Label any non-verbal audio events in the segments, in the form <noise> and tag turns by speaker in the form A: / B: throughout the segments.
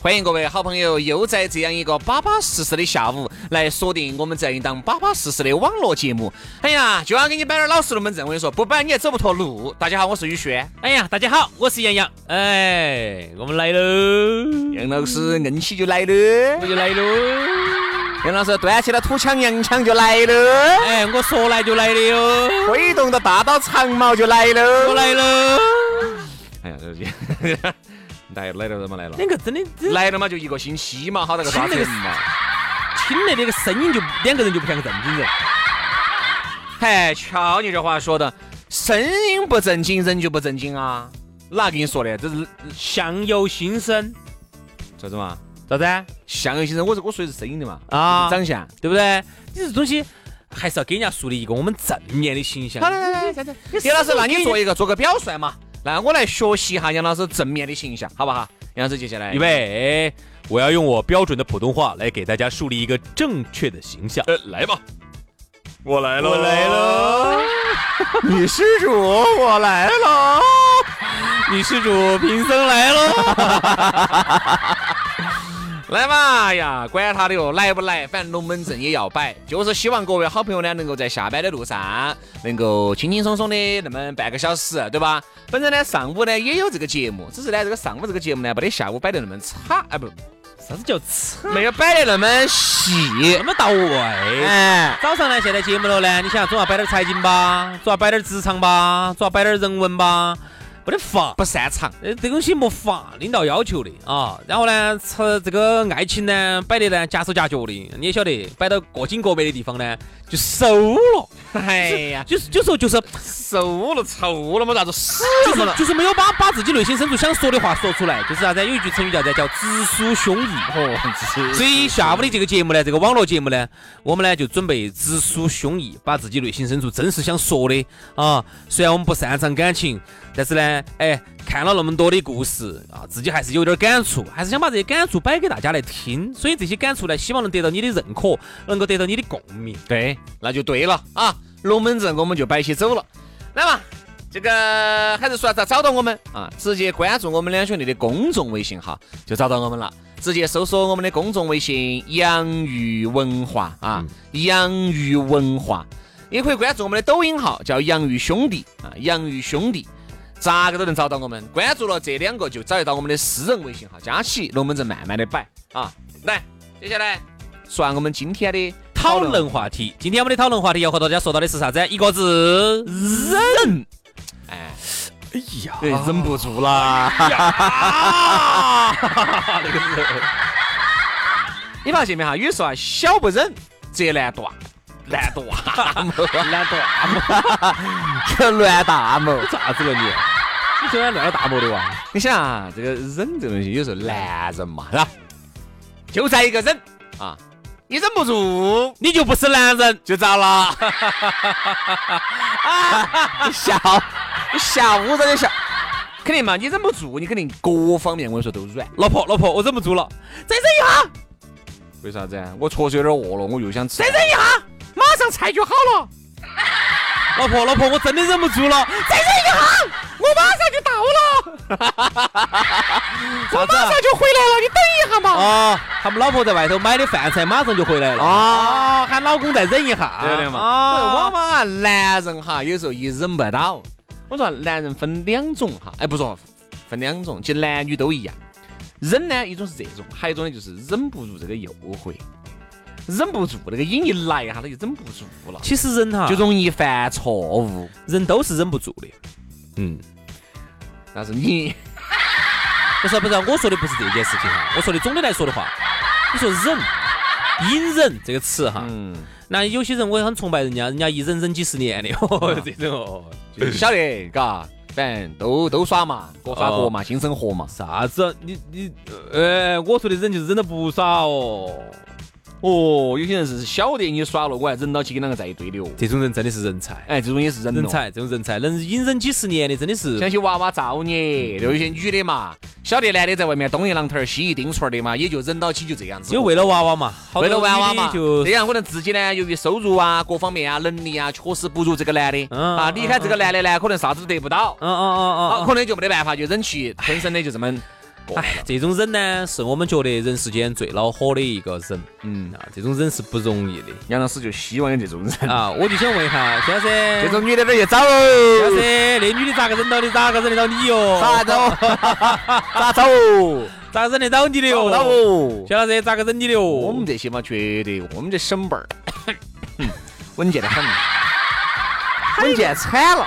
A: 欢迎各位好朋友，又在这样一个巴巴适适的下午来锁定我们这样一档巴巴适适的网络节目。哎呀，就要给你摆点儿老实龙门阵。我跟你说，不摆你也走不脱路。大家好，我是宇轩。
B: 哎呀，大家好，我是杨洋。哎，我们来喽，
A: 杨老师硬起就来了
B: 我，就来喽。
A: 杨老师端起了土枪洋枪就来了，
B: 哎，我说来就来的哟，
A: 挥动的大刀长矛就来
B: 我
A: 了。
B: 来喽。
A: 哎呀，对不起， <laughs> 来来了怎么来了？
B: 两个真的真
A: 来了嘛，就一个星期嘛，好大个耍人嘛。
B: 听了那个声音就两个人就不像个正经人。
A: 嗨，瞧你这话说的，声音不正经，人就不正经啊！哪跟你说的？这是
B: 相由心生，
A: 啥子嘛？
B: 咋子啊？
A: 相由心生，我是我说的是声音的嘛，
B: 啊
A: 长相。
B: 对不对？你这东西还是要给人家树立一个我们正面的形象。
A: 好来来来，来杨老师，那你做一个做个表率嘛，那我来学习一下杨老师正面的形象，好不好？杨老师接下
B: 哎
A: 来，
C: 预
A: <laughs>
C: 备，我要用我标准的普通话来给大家树立一个正确的形象。呃，来吧，我来了，我来了。
A: 女施主，我来了。
B: 女施主贫僧来喽。
A: 来嘛呀，管他的哟，来不来，反正龙门阵也要摆，就是希望各位好朋友呢，能够在下班的路上，能够轻轻松松的那么半个小时，对吧？本人呢，上午呢也有这个节目，只是呢，这个上午这个节目呢，没得下午摆得那么差，哎不，
B: 啥子叫扯？
A: 没有摆得那么细
B: 那，么到
C: <laughs>
B: 位。
A: 哎，
B: 早上呢，现在节目了呢，你想总要摆点财经吧，总要摆点职场吧，总要摆点人文吧，没得法。
A: 不擅长。
B: 呃，这东西没法，领导要求的啊。然后呢，吃这个爱情呢，摆的呢夹手夹脚的，你也晓得，摆到各经各面的地方呢，就收了。
A: 哎呀，
B: 就是就说就是
A: 瘦了臭了嘛，咋子死
B: 就
A: 了
B: 是
A: 嘛？ <laughs>
B: 就是没有把把自己内心深处想说的话说出来，就是啥、子？有一句成语叫啥？叫直抒胸臆。所以下午的这个节目呢，这个网络节目呢，我们呢就准备直抒胸臆，把自己内心深处真实想说的啊。虽然我们不擅长感情，但是呢，哎，看了那么多的故事啊，自己还是有点感触，还是想把这些感触摆给大家来听。所以这些感触呢，希望能得到你的认可，能够得到你的共鸣。
A: 对，那就对了啊！龙门阵我们就摆起走了，来嘛，这个还是说咋找到我们啊？直接关注我们两兄弟的公众微信号就找到我们了，直接搜索我们的公众微信“洋芋文化”啊，“洋芋文化”，也可以关注我们的抖音号叫“洋芋兄弟”啊，“洋芋兄弟”。咋个都能找到我们，关注了这两个就找得到我们的私人微信号，加起龙门阵慢慢的摆啊！来，接下来说下我们今天的
B: 讨论话题，今天我们的讨论话题要和大家说到的是啥子？一个字，忍。
A: 哎，
C: 哎呀，
A: 对，忍不住啦！那个是， <laughs> 你发现没哈？有时候啊，小不忍则难断，难断，难 <laughs> 断，乱大谋。
C: 咋子了你？你昨天乱了大谋的哇？
A: 你想啊，这个忍这东西，有时候男人嘛，是吧？就在一个忍啊，你忍不住
B: 你就不是男
A: <laughs>
B: 人，
A: 就遭了。你笑，你笑，捂着就笑。肯定嘛，你忍不住，你肯定各方面我跟你说都软。
B: 老婆，老婆，我忍不住了，再忍一下。
A: 为啥子啊？我确实有点饿了，我又想吃。再忍一下，马上菜就好了。
B: 老婆，老婆，我真的忍不住了，再忍一下，我马上就到了。
A: 我马上
B: 就回来了，你等一下嘛。啊，他们老婆在外头买的饭菜马上就回来了。啊，喊老公再忍一下。
A: 对的嘛。
B: 啊，
A: 往往啊，男人哈，有时候也忍不到。我说啊男人分两种哈，哎，不是说分两种，其实男女都一样。忍呢，一种是这种，还有一种呢就是忍不住这个诱惑，忍不住那个瘾一来哈，他就忍不住了，
B: 其实人哈，
A: 就容易犯错误。
B: 人都是忍不住的。
C: 嗯，
A: 但是你
B: 不是不是，我说的不是这件事情哈，我说的总的来说的话，你说忍，隐忍这个词哈，
A: 嗯，
B: 那有些人我也很崇拜人家，人家一忍忍几十年的，哦， <laughs> 这种哦，
A: 就晓得，嘎，反正都都耍嘛，各耍各嘛，新生活嘛。
B: 啥子？啊你你，呃，我说的忍就是忍的不耍哦，
A: 哦，有些人是晓得你耍了，我还忍到起跟啷个在一堆的哦。
B: 这种人真的是人才，
A: 哎，这种也是忍
B: 人
A: 咯。
B: 才，这种人才能隐忍几十年的，真的是
A: 想起娃娃造
B: 嗯
A: 孽，有一些女的嘛，晓得男的在外面东一榔头儿西一钉锤儿的嘛，也就忍到起就这样子。
B: 因为为了娃娃嘛，好多
A: 为了娃娃嘛，
B: 女的就
A: 这样可能自己呢，由于收入啊、各方面啊、能力啊，确实不如这个男的
B: 嗯
A: 啊。
B: 嗯
A: 离开这个男的呢，可能啥子都得不到，
B: 嗯嗯嗯
A: 啊，
B: 嗯
A: 可能就没得办法，就忍气吞声的就这么过
B: 嗯，
A: 来
B: 哎
A: 了，。
B: 这种忍呢，是我们觉得人世间最恼火的一个人
A: 嗯，
B: 啊，这种忍是不容易的
A: 杨老师就希望有这种人，
B: 啊。我就想问一下，先生，
A: 这种女的那就找
B: 先
A: 哦，
B: 生，那女的咋个忍到的？咋个忍得到你哟？
A: 咋
B: <laughs>
A: 找？咋找哦？
B: 咋忍得到你的
A: 找
B: 哟
A: 不？到哦。
B: 薛老师咋个忍你的哟？
A: 我们这些嘛，绝对，我们这省 <laughs> 辈儿稳健的很，稳健惨了。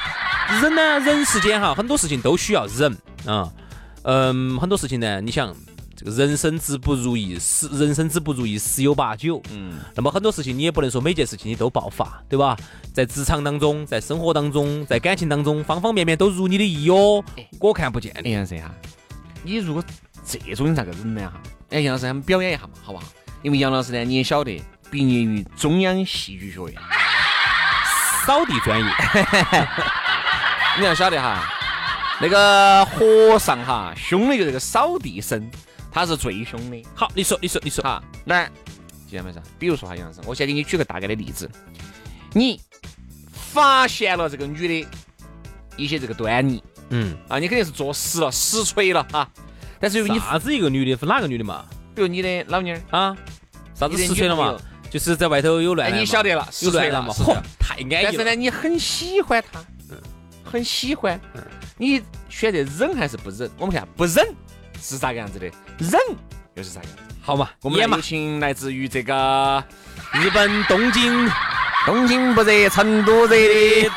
B: 忍呢，忍啊时间哈，很多事情都需要忍啊。嗯，很多事情呢，你想，这个人生之不如意，十人生之不如意十有八九。
A: 嗯，
B: 那么很多事情你也不能说每件事情你都爆发，对吧？在职场当中，在生活当中，在感情当中，方方面面都如你的意哦。我看不见的。
A: 哎杨老师啊，你如果这种人咋个忍呢？哈，哎，杨老师，咱们表演一下嘛，好不好？因为杨老师呢，你也晓得，毕业于中央戏剧学院，
B: 扫地专业，
A: <laughs> 你要晓得哈，那个和尚哈，凶的就这个扫地僧，他是最凶的。
B: 好，你说，你说，你说，
A: 哈，哪儿？记得没啥？比如说哈，杨老师，我先给你举个大概的例子，你发现了这个女的一些这个端倪
B: 嗯，
A: 啊，你肯定是坐实了、实锤了哈。但是由于你，
B: 啥子一个女的，哪个女的嘛？
A: 比如你的老妞儿，
B: 啊，啥子
A: 你的
B: 实锤了
A: 女
B: 嘛
A: 朋？
B: 就是在外头有
A: 哎，
B: 乱来嘛，
A: 你晓得了，实
B: 有
A: 锤
B: 乱
A: 了
B: 了嘛？
A: 是不
B: 嚯
A: 是，
B: 太安逸了。嗯
A: 但是呢，你很喜欢他，很喜欢，你选择忍还是不忍？我们看不忍是啥个样子的，忍又是啥个样子？
B: 好嘛，
A: 我们
B: 演
A: 来
B: 嘛
A: 有。请来自于这个
B: 日本东京
A: 东京不热成都
D: <laughs>
A: 热的。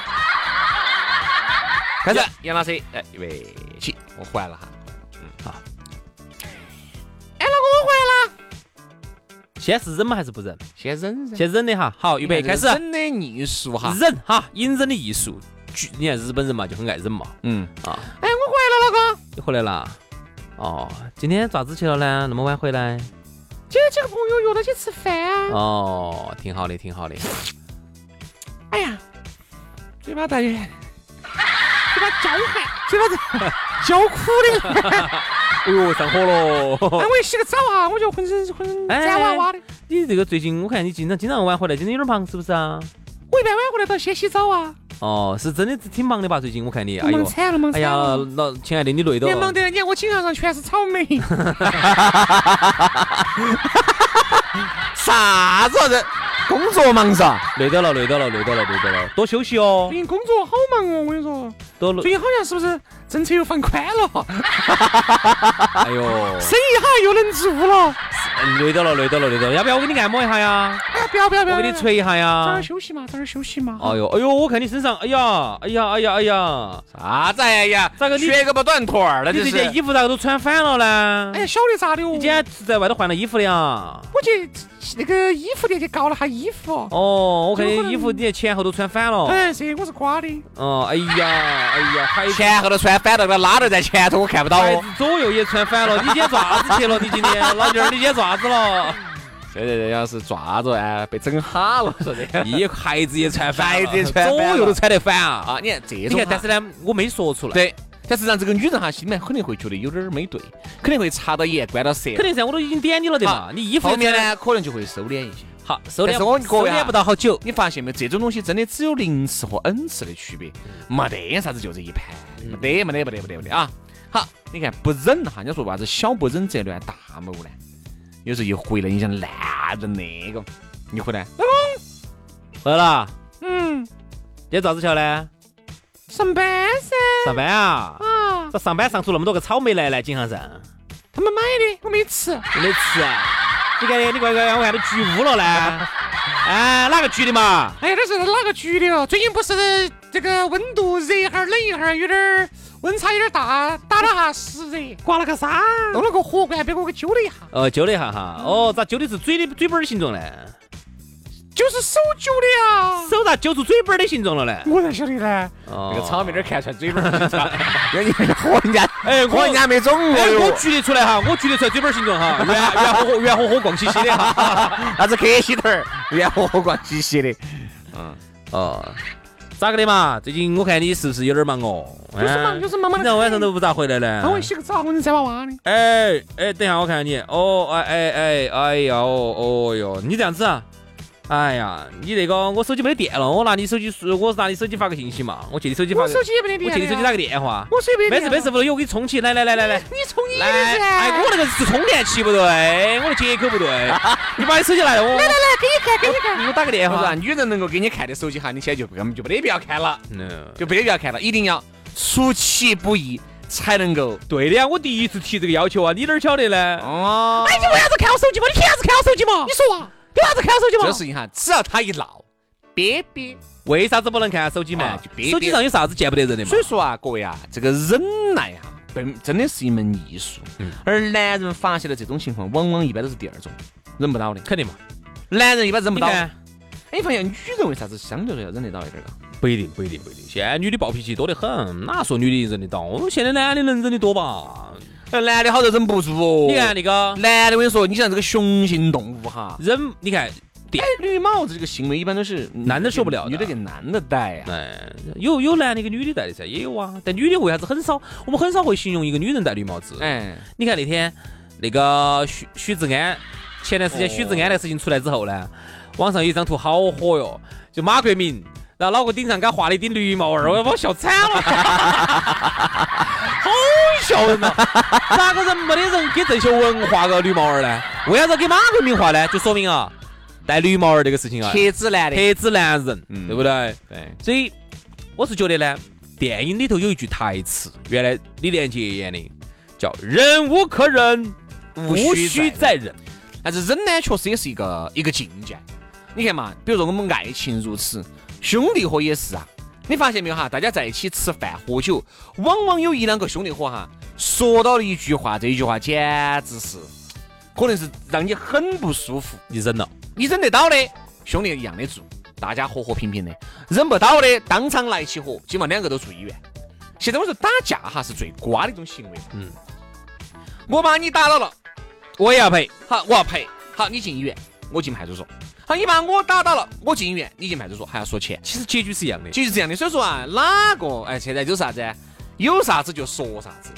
A: 开始，杨老师，哎，预备起，我还了哈。
D: 嗯哎
B: 先是忍吗？还是不忍？
A: 先忍忍，
B: 先忍的哈。好，预备开始。
A: 忍的艺术哈。
B: 忍哈，隐忍的艺术。举你看日本人嘛，就很爱忍嘛。
A: 嗯，
B: 啊，
A: 哎，我回来了，老哥。
B: 你回来啦？哦，今天咋子去了呢？那么晚回来？
D: 今天几个朋友约了去吃饭啊。
B: 哦，挺好的，挺好的。
D: 哎呀，嘴巴大有点，嘴巴焦汗，嘴巴 <laughs> 子焦苦的。
B: 哎呦，上火
D: 那
B: 了。
D: 我一洗个澡啊，我就浑身浑身
B: 哎
D: 软哇哇的。
B: <laughs> 你这个最近我看你经常经常晚回来，今天有点忙是不是啊？
D: 我一般晚回来都先洗澡啊，
B: 哦，是真的挺忙的吧？最近我看你，哎
D: 忙
B: 呦，
D: 惨了，忙
B: 哎
D: 惨
B: 呀
D: 了。，
B: 老亲爱的，你累
D: 你
B: 到
D: 看忙得，你看我颈项上全是草莓，
A: <laughs> 啥子人？工作忙嗦。
B: 累到了，累到了，累到了，累到了，多休息哦
D: 最，近工作好忙哦，我跟你说，
B: 多
D: 最近好像是不是政策又放宽
A: <laughs>
D: 了，
B: 哎
D: <laughs>
B: 呦。
D: 生意哈又能做了。
B: 嗯累到了，累到了，累到了，要不要我给你按摩一下呀？
D: 哎呀，不要不要不要，
B: 我给你啊捶一下
D: 早
B: 呀
D: 点。休息嘛，早点休息嘛。
B: 哎呦，哎呦，我看你身上，哎呀，哎呀，哎呀，哎呀，
A: 啥子哎呀？
B: 咋个你
A: 缺胳膊断腿儿了？
B: 你
A: 这
B: 这件
A: 哎是。
B: 衣服咋个都穿反了呢？
D: 哎呀，晓得咋的哦？
B: 你今天是在外头换了衣服的呀？
D: 我去那个衣服店去搞了下衣服。
B: 哦，我看
D: 怎
B: 你
D: 么可能
B: 衣服你前后都穿反了。
D: 哎，这我是瓜的，
B: 哦，哎呀，哎呀，还
A: 前后头穿反了，给他拉到在前头，我看不到
B: 还
D: 哎
A: 哦。
B: 左右也穿反了。你今天做啥子去了？你今天老弟儿，你今天做啥子了？
A: 现在人家是抓着哎，被整哈了，说的。
D: <laughs>
B: 衣鞋子也穿反了，
A: 鞋子也穿反
B: 左
A: 了
B: 右都穿得反啊。
A: 啊，你看这
B: 你
A: 种哈。
B: 看，但是呢，我没说出来。
A: 对，但是让这个女人哈心里面肯定会觉得有点儿没对，肯定会查到眼，关到舌。
B: 肯定噻，我都已经点你了的嘛
A: 好。
B: 你衣服也
A: 后面
B: 穿
A: 呢，可能就会收敛一些。
B: 好，收
A: 但
B: 敛
A: 是我
B: 收
A: 各位啊
B: 敛不到好久。
A: 你发现没？这种东西真的只有零次和 n 次的区别，没得啥子就这一盘，没得没得没得没得没得啊！好，你看不忍哈，人家说啥子小不忍则乱大谋呢？有时候一回来，你想烂人那个，一回来，
B: 回来了，
D: 嗯，
B: 今天咋子去了呢？
D: 上班噻
B: 上班啊？
D: 啊，
B: 咋上班上出那么多个草莓来呢？景行上
D: 他们买的我没吃，
B: 你没吃啊？你看你乖乖，我看都焗污了呢。哎，哪个焗的嘛？
D: 哎呀，那是哪个局的哦？最近不是这个温度热一哈儿冷一哈儿，有点儿温差有点大，打了哈湿热，刮了个痧，弄了个火罐，被我给揪了一下，
B: 哦，揪了一下哈，哦，咋揪的是嘴的嘴巴儿形状呢？
D: 就是手揪的呀。
B: 手咋揪出嘴巴儿的形状了呢？
D: 我哪晓得呢？
B: 哦
A: 那个草莓儿看穿嘴巴儿的差，人家喝人家，
B: 哎，
A: 喝
B: 我
A: 人家没中
B: 哎，我
A: 我
B: 举例出来哈，我举例出来嘴巴儿形状哈，圆圆乎乎圆乎乎光兮兮的哈。
A: 啥子磕西头儿，圆乎乎光兮兮的。
B: <laughs> 哦，咋个的嘛？最近我看你是不是有点忙哦？
D: 就是忙
B: 哎
D: 就是忙忙
B: 经常晚上都不咋回来
D: 帮我
B: 呢。
D: 洗个澡，我能晒娃娃的。
B: 哎哎，等一下，我看看你。哦，哎哎哎，哎呀，哦哦哟，你这样子啊？哎呀，你那个我手机没得电了，我拿你手机，我拿你手机发个信息嘛，我借你手机发
D: 我
B: 个，
D: 手机也没得
B: 我
D: 电了呀，
B: 借你手机打个电话。
D: 我手机
B: 没
D: 没得
B: 事
D: 电
B: 没事，
D: 了，
B: 不是，我给你充起，来来来来来。
D: 你充你的啊
B: 来，哎，我
D: 噻。
B: 那个是充电器不对，我的接口不对，
D: <laughs>
B: 你把你手机来，我来来来，给你看，给你看，我打个电
A: 我
B: 话
A: 说。女人能够给你看的手机哈，你现在就根本就没得必要看了，
B: 嗯，
A: 就没得必要看了，一定要出其不意才能够。
B: 对的呀，我第一次提这个要求啊，你哪儿晓得呢？
A: 哦，
D: 你为啥子看我手机嘛？你凭啥子看我手机嘛？你说啊，你为啥子看我手机
A: 这
D: 嘛？
A: 事情哈，只要他一闹，憋憋。
B: 为啥子不能看手机嘛
A: 啊就别？
B: 手机上有啥子见不得人的嘛
A: 所？以说啊，各位啊，这个忍耐啊，本真的是一门艺术。而男人发现了这种情况，往往一般都是第二种，忍不到的。
B: 肯定嘛，
A: 男人一般忍不
B: 你
A: 到。
B: 看
A: 哎，，你发现女人为啥子相对来说忍得到一点儿啊？
B: 不一定，不一定，不一定。现在女的暴脾气多得很，哪说女的忍得到？我们现在男的能忍得多吧？
A: 哎，男的好像忍不住哦。
B: 你看，那个
A: 男的我跟你说，你像这个雄性动物哈，
B: 忍，你看，
A: 戴绿帽子这个行为一般都是嗯
B: 男的受不了的
A: 女的给男的戴啊呀。
B: 哎，有有男的跟女的戴的噻，也有啊。但女的为啥子很少？我们很少会形容一个女人戴绿帽子。
A: 哎，
B: 你看那天那个许许志安，前段时间许志安那事情出来之后呢，网上有一张图好火哟，就马国明，然后脑壳顶上给他画了一顶绿帽儿，我把我笑惨了，好笑人呐！哪个人没得人给郑秀文画个绿帽儿呢？为啥子给马国明画呢？就说明啊，戴绿帽儿这个事情啊，
A: 铁子男的。
B: 特指男人，
A: 嗯
B: 对不对？
A: 对，
B: 所以我是觉得呢，电影里头有一句台词，原来李连杰演的，叫“忍无可忍，
A: 无
B: 无
A: 需
B: 需再忍
A: 但是忍呢，确实也是一个一个境界。你看嘛，比如说我们爱情如此，兄弟伙也是啊。你发现没有哈？大家在一起吃饭喝酒，往往有一两个兄弟伙哈，说到了一句话，这一句话简直是，可能是让你很不舒服。”，
B: 你忍了。
A: 你忍得到的，兄弟一样的住，大家和和平平的；忍不到的，当场来起火，起码两个都住医院。现在我说打架哈是最瓜的一种行为。
B: 嗯，
A: 我把你打了了，
B: 我也要赔，
A: 好，我要赔。好，你进医院，我进派出所。好，你把我打倒了，我进医院，你进派出所，还要说钱，
B: 其实结局是一样的。
A: 就是这样的。所以说啊，哪个哎，现在就是啥子啊，有啥子就说啥子。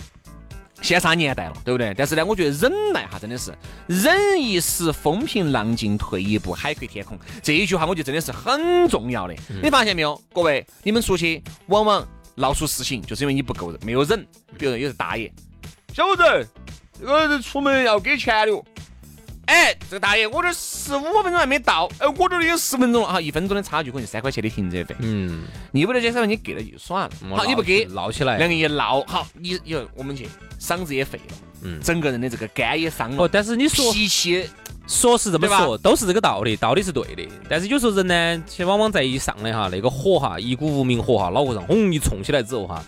A: 现在啥年代了，对不对？但是呢，我觉得忍耐哈，真的是忍一时风平浪静，退一步海阔天空。这一句话，我觉得真的是很重要的。你发现没有，各位，你们出去往往闹出事情，就是因为你不够没有忍。比如说有是大爷，小伙子，这个出门要给钱的哦。哎，这个大爷，我这十五分钟还没到，哎，我这里有十分钟了，啊哈，一分钟的差距可能就三块钱的停车费。
B: 嗯，
A: 你为了这三块钱给了就算了，好，你不给，
B: 闹起
A: 两
B: 来。
A: 个一闹，好，你有我们去，嗓子也废了，
B: 嗯
A: 整个人的这个肝也伤
B: 哦，
A: 了，
B: 但是你说
A: 脾气，
B: 说是这么
A: 对吧
B: 说，都是这个道理，道理是对的。但是有时候人呢，其实往往在一上来哈，那个火哈，一股无名火哈，脑壳上轰一冲起来之后哈，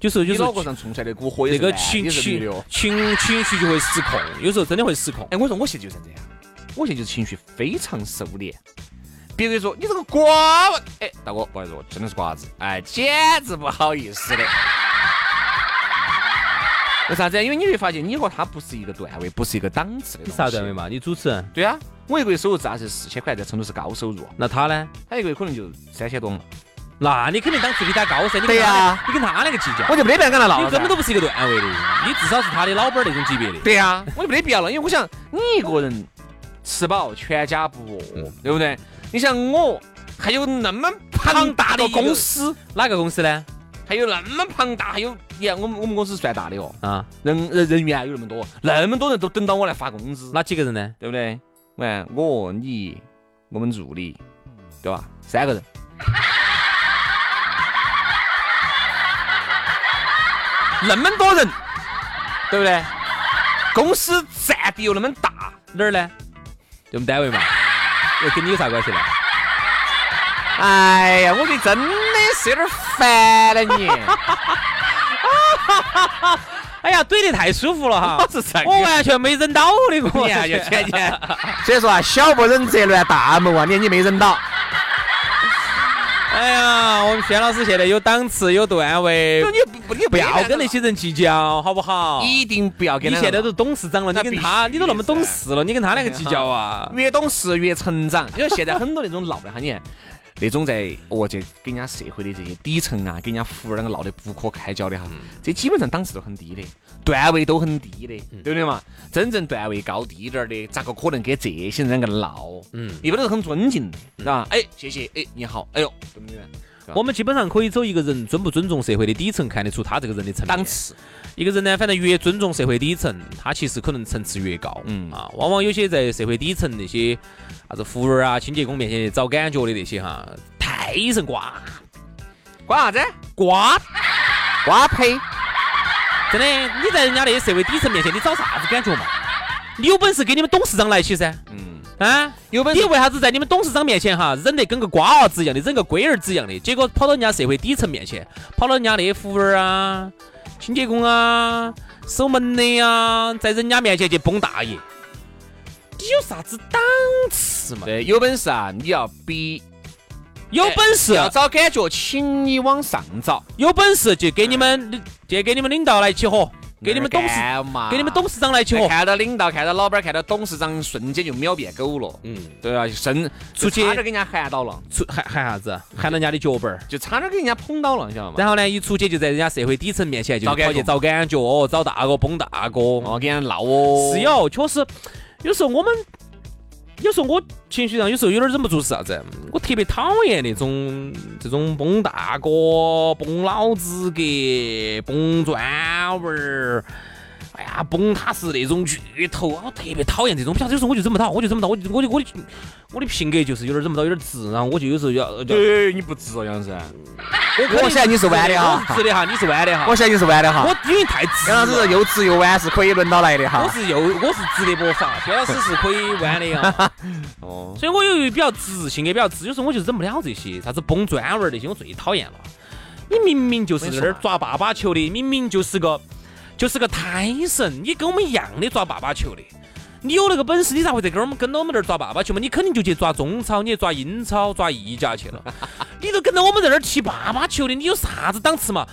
B: 有时候有
A: 你
B: 时
A: 脑
B: 候
A: 壳上冲出来的股火也
B: 那
A: 是
B: 个
A: 男
B: 情
A: 也是
B: 情
A: 女的哦。
B: 情情绪就会失控，有时候真的会失控。
A: 哎，我说我现在就是这样，我现在就是情绪非常收敛。别个说你这个瓜娃，哎，大哥，不好意思，我真的是瓜子，哎，简直不好意思的。 <laughs> 为啥子？因为你会发现你和他不是一个段位，不是一个档次的东西。
B: 啥段位？嘛？你主持人，
A: 对啊，我一个月收入咋是四千块，在成都是高收入，啊
B: 那他呢？
A: 他一个月可能就三千多了。
B: 那你肯定档次比他高噻。你跟他
A: 对呀
B: 你跟他那个计较，
A: 我就没得必要跟他闹
B: 你
A: 了噻
B: 根本都不是一个段位的，你至少是他的老板儿那种级别的。
A: 对呀、我就没得必要了，因为我想你一个人吃饱全家不饿，对不对？你像我还有那么庞大的
B: 庞大的一个
A: 公司，
B: 哪个公司呢？
A: 还有那么庞大，还有你看我们我们公司算大的哦，
B: 啊，
A: 人人人员有那么多，那么多人都等到我来发工资，
B: 哪几个人呢？
A: 对不对？喂，我你我们助理，对吧？三个人。 <laughs> 那么多人，对不对？公司占地又那么大，
B: 哪儿呢？就我们单位嘛。又跟你有啥关系呢？
A: 哎呀，我觉得真的是有点烦了你。
B: 哎呀，怼得太舒服了哈！
A: 是
B: <laughs>
A: 这
B: 我完全没忍到的，我
A: 你看就天天，所以说啊，小不忍则乱大谋啊，你看你没忍到，
B: 哎呀，我们轩老师现在有档次，有段位，
A: 你不你
B: 不要跟那些人计较，好不好？
A: 一定不要跟
B: 你
A: 他
B: 现在
A: 那
B: 都
A: 种
B: 董事长了，你
A: 那
B: 跟
A: 必
B: 他，
A: 须
B: 你都那么
A: 噻
B: 懂事了，你跟他两个计较啊？
A: 越懂事越成长，因为现在很多那种闹的哈，你看。那种在哦，这跟人家社会的这些底层啊，跟人家富人闹得不可开交的哈，
B: 嗯
A: 这基本上档次都很低的，段位都很低的，
B: 嗯
A: 对不对嘛？真正段位高低点儿的，咋个可能跟这些人个闹？
B: 嗯
A: 一般都是很尊敬的，是吧？哎，谢谢，哎，你好，哎呦，怎么怎么样，
B: 我们基本上可以走一个人尊不尊重社会的底层，看得出他这个人的层面
A: 档。次，
B: 一个人呢，反正越尊重社会底层，他其实可能层次越高。
A: 嗯
B: 啊，往往有些在社会底层那些啥子服务员啊、清洁工面前去找感觉的那些哈，太神瓜
A: 管啥子？
B: 瓜，
A: 瓜胚。
B: 真的，你在人家那些社会底层面前，你找啥子感觉嘛？你有本事给你们董事长来起噻，
A: 嗯，
B: 啊，
A: 有本
B: 你
A: 事
B: 为啥子在你们董事长面前哈，忍得跟个瓜娃子一样的，忍个龟儿子一样的，结果跑到人家社会底层面前，跑到人家那些服务员啊、清洁工啊、守门的呀、在人家面前去崩大爷，你有啥子档次嘛？
A: 对，有本事啊，你要比
B: 有本事，
A: 哎要找感觉，请你往上找，
B: 有本事就
A: 哎
B: 给你们，就给你们领导来起火，给你们董事，
A: 干嘛？
B: 给你们董事长来起
A: 哎
B: 火，
A: 看到领导，看到老板，看到董事长，瞬间就秒变狗了。
B: 嗯，
A: 对啊，就生
B: 出去
A: 就差点给人家喊到了，
B: 出喊喊啥子？喊到人家的脚板儿。
A: 就差点给人家捧到了，你晓得吗？
B: 然后呢，一出去就在人家社会底层面前就
A: 找感
B: 跑去
A: 觉
B: 找感觉哦，找大哥崩大哥哦
A: 哦，给人家闹哦，
B: 是有，确实，有时候我们，有时候我情绪上有时候有点忍不住是啥子？我特别讨厌那种这种崩大哥、崩老资格、崩砖娃儿。哎呀，崩他是那种巨头啊，我特别讨厌这种。不晓得有时候我就忍不到，我就忍不到，我就我就我的我的性格就是有点忍不到，有点直，然后我就有时候要要。
A: 对，你不知道杨子，
B: 我
A: 我现在你是弯的哈
B: 直的哈，你是弯的哈。
A: 我相信是弯的哈。
B: 我因为太直了
A: 杨老师是又直又弯，是可以轮到来的
B: 我
A: 哈。
B: 是右，我是直的播放，薛老师是可以弯的呀。
A: <laughs> 哦，
B: 所以我由于比较直，性格比较直，有时候我就忍不了这些啥子崩砖娃儿那些，我最讨厌了。你明明就是在那儿抓爸爸球的，明明就是个就是个胎神，你跟我们一样的抓爸爸球的。你有那个本事，你咋会在跟我们跟到我们这儿抓爸爸球嘛？你肯定就去抓中超，你去抓英超，抓意甲去了。 <laughs> 你都跟到我们在那儿踢爸爸球的，你有啥子档次嘛？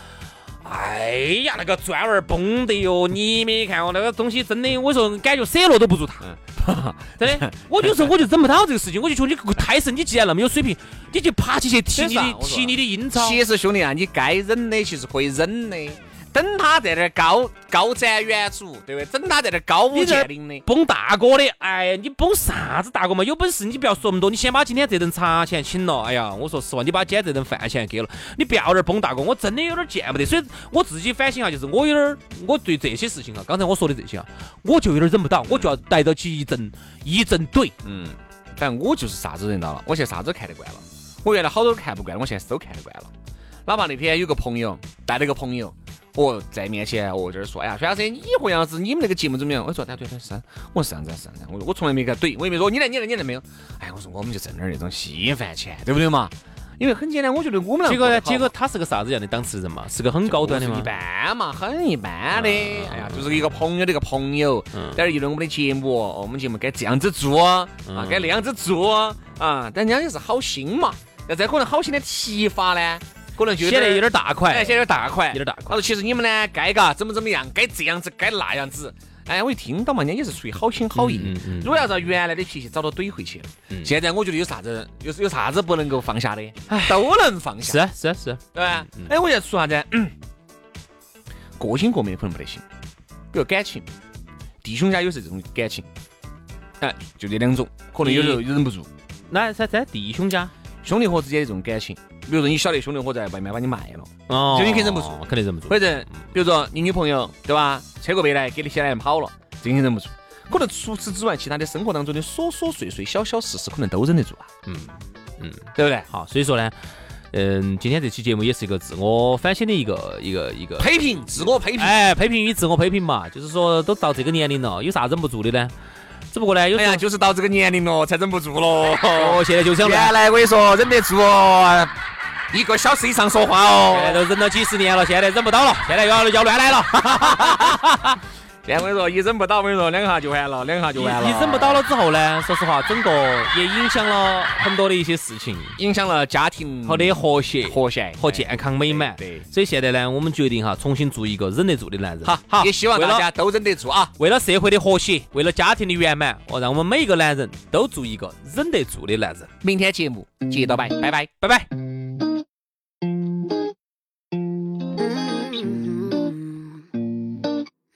B: 哎呀，那个砖娃儿崩的哟！你没看我那个东西，真的，我说感觉舍落都不如他。
A: 嗯
B: <laughs> 真的，我有时 <laughs> 候我就整不到这个事情，我就觉得你个胎神，你既然那么有水平，你就爬起去踢你
A: 真是
B: 的
A: 啊我说
B: 踢你的英超。
A: 其实兄弟啊，你该忍的其实可以忍的，等他在那儿高高瞻远瞩，对不对？等他在那儿高屋
B: 你这
A: 建瓴的。
B: 崩大哥的，哎呀，你崩啥子大哥嘛？有本事你不要说那么多，你先把今天这顿茶钱请了。哎呀，我说实话，你把今天这顿饭钱给了，你不要在这儿崩大哥，我真的有点见不得。所以我自己反省啊，就是我有点儿，我对这些事情啊，刚才我说的这些啊，我就有点忍不到，我就要逮到起一阵一阵怼。
A: 嗯，反正我就是啥子人到了，我现在啥子都看得惯了。我原来好多都看不惯，我现在都看得惯了。哪怕那天有个朋友带了个朋友，我在面前哦在这儿说，哎呀，薛老师，你和杨老师你们那个节目怎么样？我说对对对是啊，我说是这样子是这样子，我说我从来没给他怼，我也没说你来你来你来没有。哎，我说我们就挣点那种稀饭钱，对不对嘛？因为很简单，我觉得我们俩
B: 结果呢？
A: 过得好
B: 结果他是个啥子样的档次人嘛？是个很高端的
A: 就是
B: 嘛
A: 一？般嘛，很一般的。
B: 啊
A: 哎呀，就是一个朋友的一个朋友，
B: 嗯
A: 在这议论我们的节目，哦我们节目该这样子做啊，
B: 嗯
A: 该那样子做啊。啊但人家也是好心嘛，那这可能好心的提法呢，可能就
B: 显得有点大
A: 哎，
B: 块
A: 显，得有点大款，
B: 有点大款
A: 他说其实你们呢，该嘎怎么怎么样，该这样子，该那样子。哎，我一听到嘛，人家也是出于好心好意。
B: 嗯嗯嗯
A: 如果要照原来的脾气，早都怼回去了。现在我觉得有啥子，有有啥子不能够放下的，都能放下。
B: 是啊是啊是啊，
A: 对吧？哎，我要说啥子？嗯个性各面可能不得行，比如感情，弟兄家有时候这种感情，哎，就这两种，可能有时候忍不住。
B: 那在在弟兄家。
A: 兄弟伙之间的这种感情，比如说你晓得兄弟伙在外面把你卖了，
B: 哦
A: 就你肯定忍不住，
B: 肯定忍不住。
A: 或者比如说你女朋友对吧，车过别来给你先来跑了，这个你忍不住。可能除此之外，其他的生活当中的琐琐碎碎、小小事事，可能都忍得住啊，
B: 嗯嗯，
A: 对不对？
B: 好，所以说呢，嗯，今天这期节目也是一个自我反省的一个一个一个，
A: 批评，自我批评。
B: 哎，批评与自我批评嘛，就是说都到这个年龄了，有啥忍不住的呢？只不过呢，有
A: 哎
B: 时候
A: 呀，就是到这 <laughs> 个年龄了，才忍不住了。
B: 哦，现在就想乱
A: 原来我跟你说忍得住哦，一个小时以上说话哦
B: 现。在都忍了几十年了，现在忍不到了，现在又要要乱来了。
A: <laughs> 现在我跟你说，一忍不到，我跟你说，两下就完了，两下就完了。
B: 你忍不到了之后呢，说实话，整个也影响了很多的一些事情
A: 影响了家庭
B: 和的和谐
A: 和谐
B: 和健康美满。
A: 对对
B: 所以现在呢，我们决定哈，重新做一个忍得住的男人。
A: 好好，也希望
B: 为了
A: 大家都忍得住啊。
B: 为了社会的和谐，为了家庭的圆满，哦，让我们每一个男人都做一个忍得住的男人。
A: 明天节目接着摆，拜拜。
B: 拜拜。
E: Mm-hmm. No,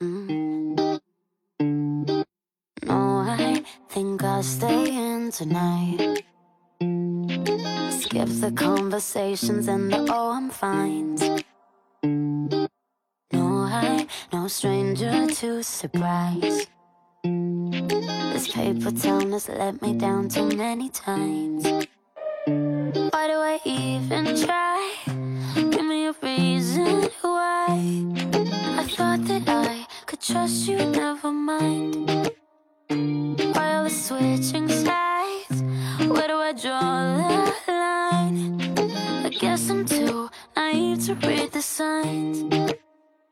E: Mm-hmm. Oh, I think I'll stay in tonight. Skip the conversations and the oh, I'm fine. No, I no stranger to surprise. This paper town has let me down too many times. Why do I even try? Give me a reason why. I thought that I could trust you, never mind. While we're switching sides, where do I draw the line? I guess I'm too naive to read the signs.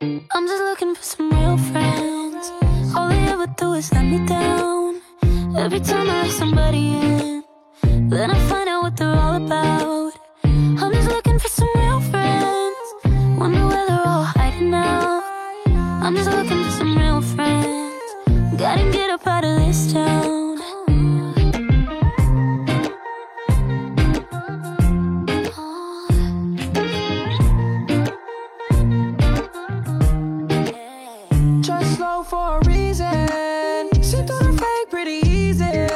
E: I'm just looking for some real friends. All they ever do is let me down. Every time I let somebody in, then I find out what they're all about. I'm just looking for some real friends. Wonder where they're all hiding now. I'm just looking for some real friends. Gotta get up out of this town.
F: Just low for a reason. Sit through the fake pretty easy.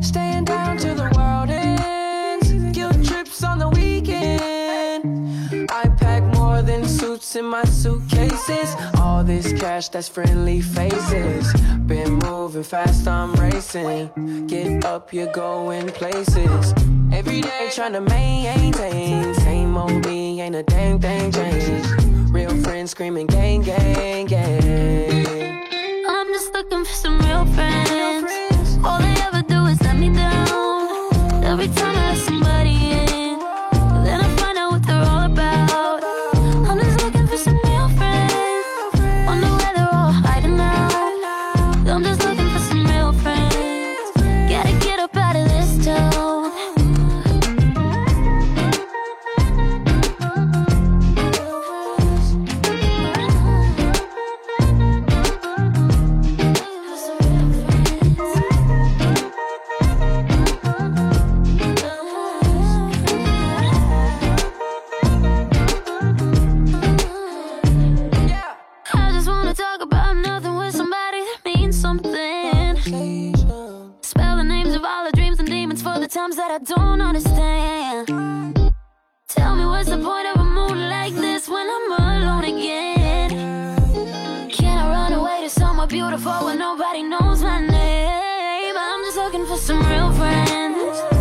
F: Staying down till the world ends. Guilt trips on the weekend. I pack more than suits in my suitcases. All this cash that's friendly faces. Been moving fast, I'm racing. Get up, you're going places. Every day trying to maintain. Same old me, ain't a dang thing changed. Real friends screaming gang, gang, gang.
E: I'm just looking for some real friends. All they ever do is let me down. Every time I let somebody in, then I find out what they're all about. I'm just looking for some real friends. Wonder where they're all hiding out. I'm just looking for some real friends. Gotta get up out of this town. I just wanna talk about nothing with somebody that means something. Spell the names of all the dreams and demons for the times that I don't understand. Tell me what's the point of a mood like this when I'm alone again? Can I run away to somewhere beautiful where nobody knows my name? I'm just looking for some real friends.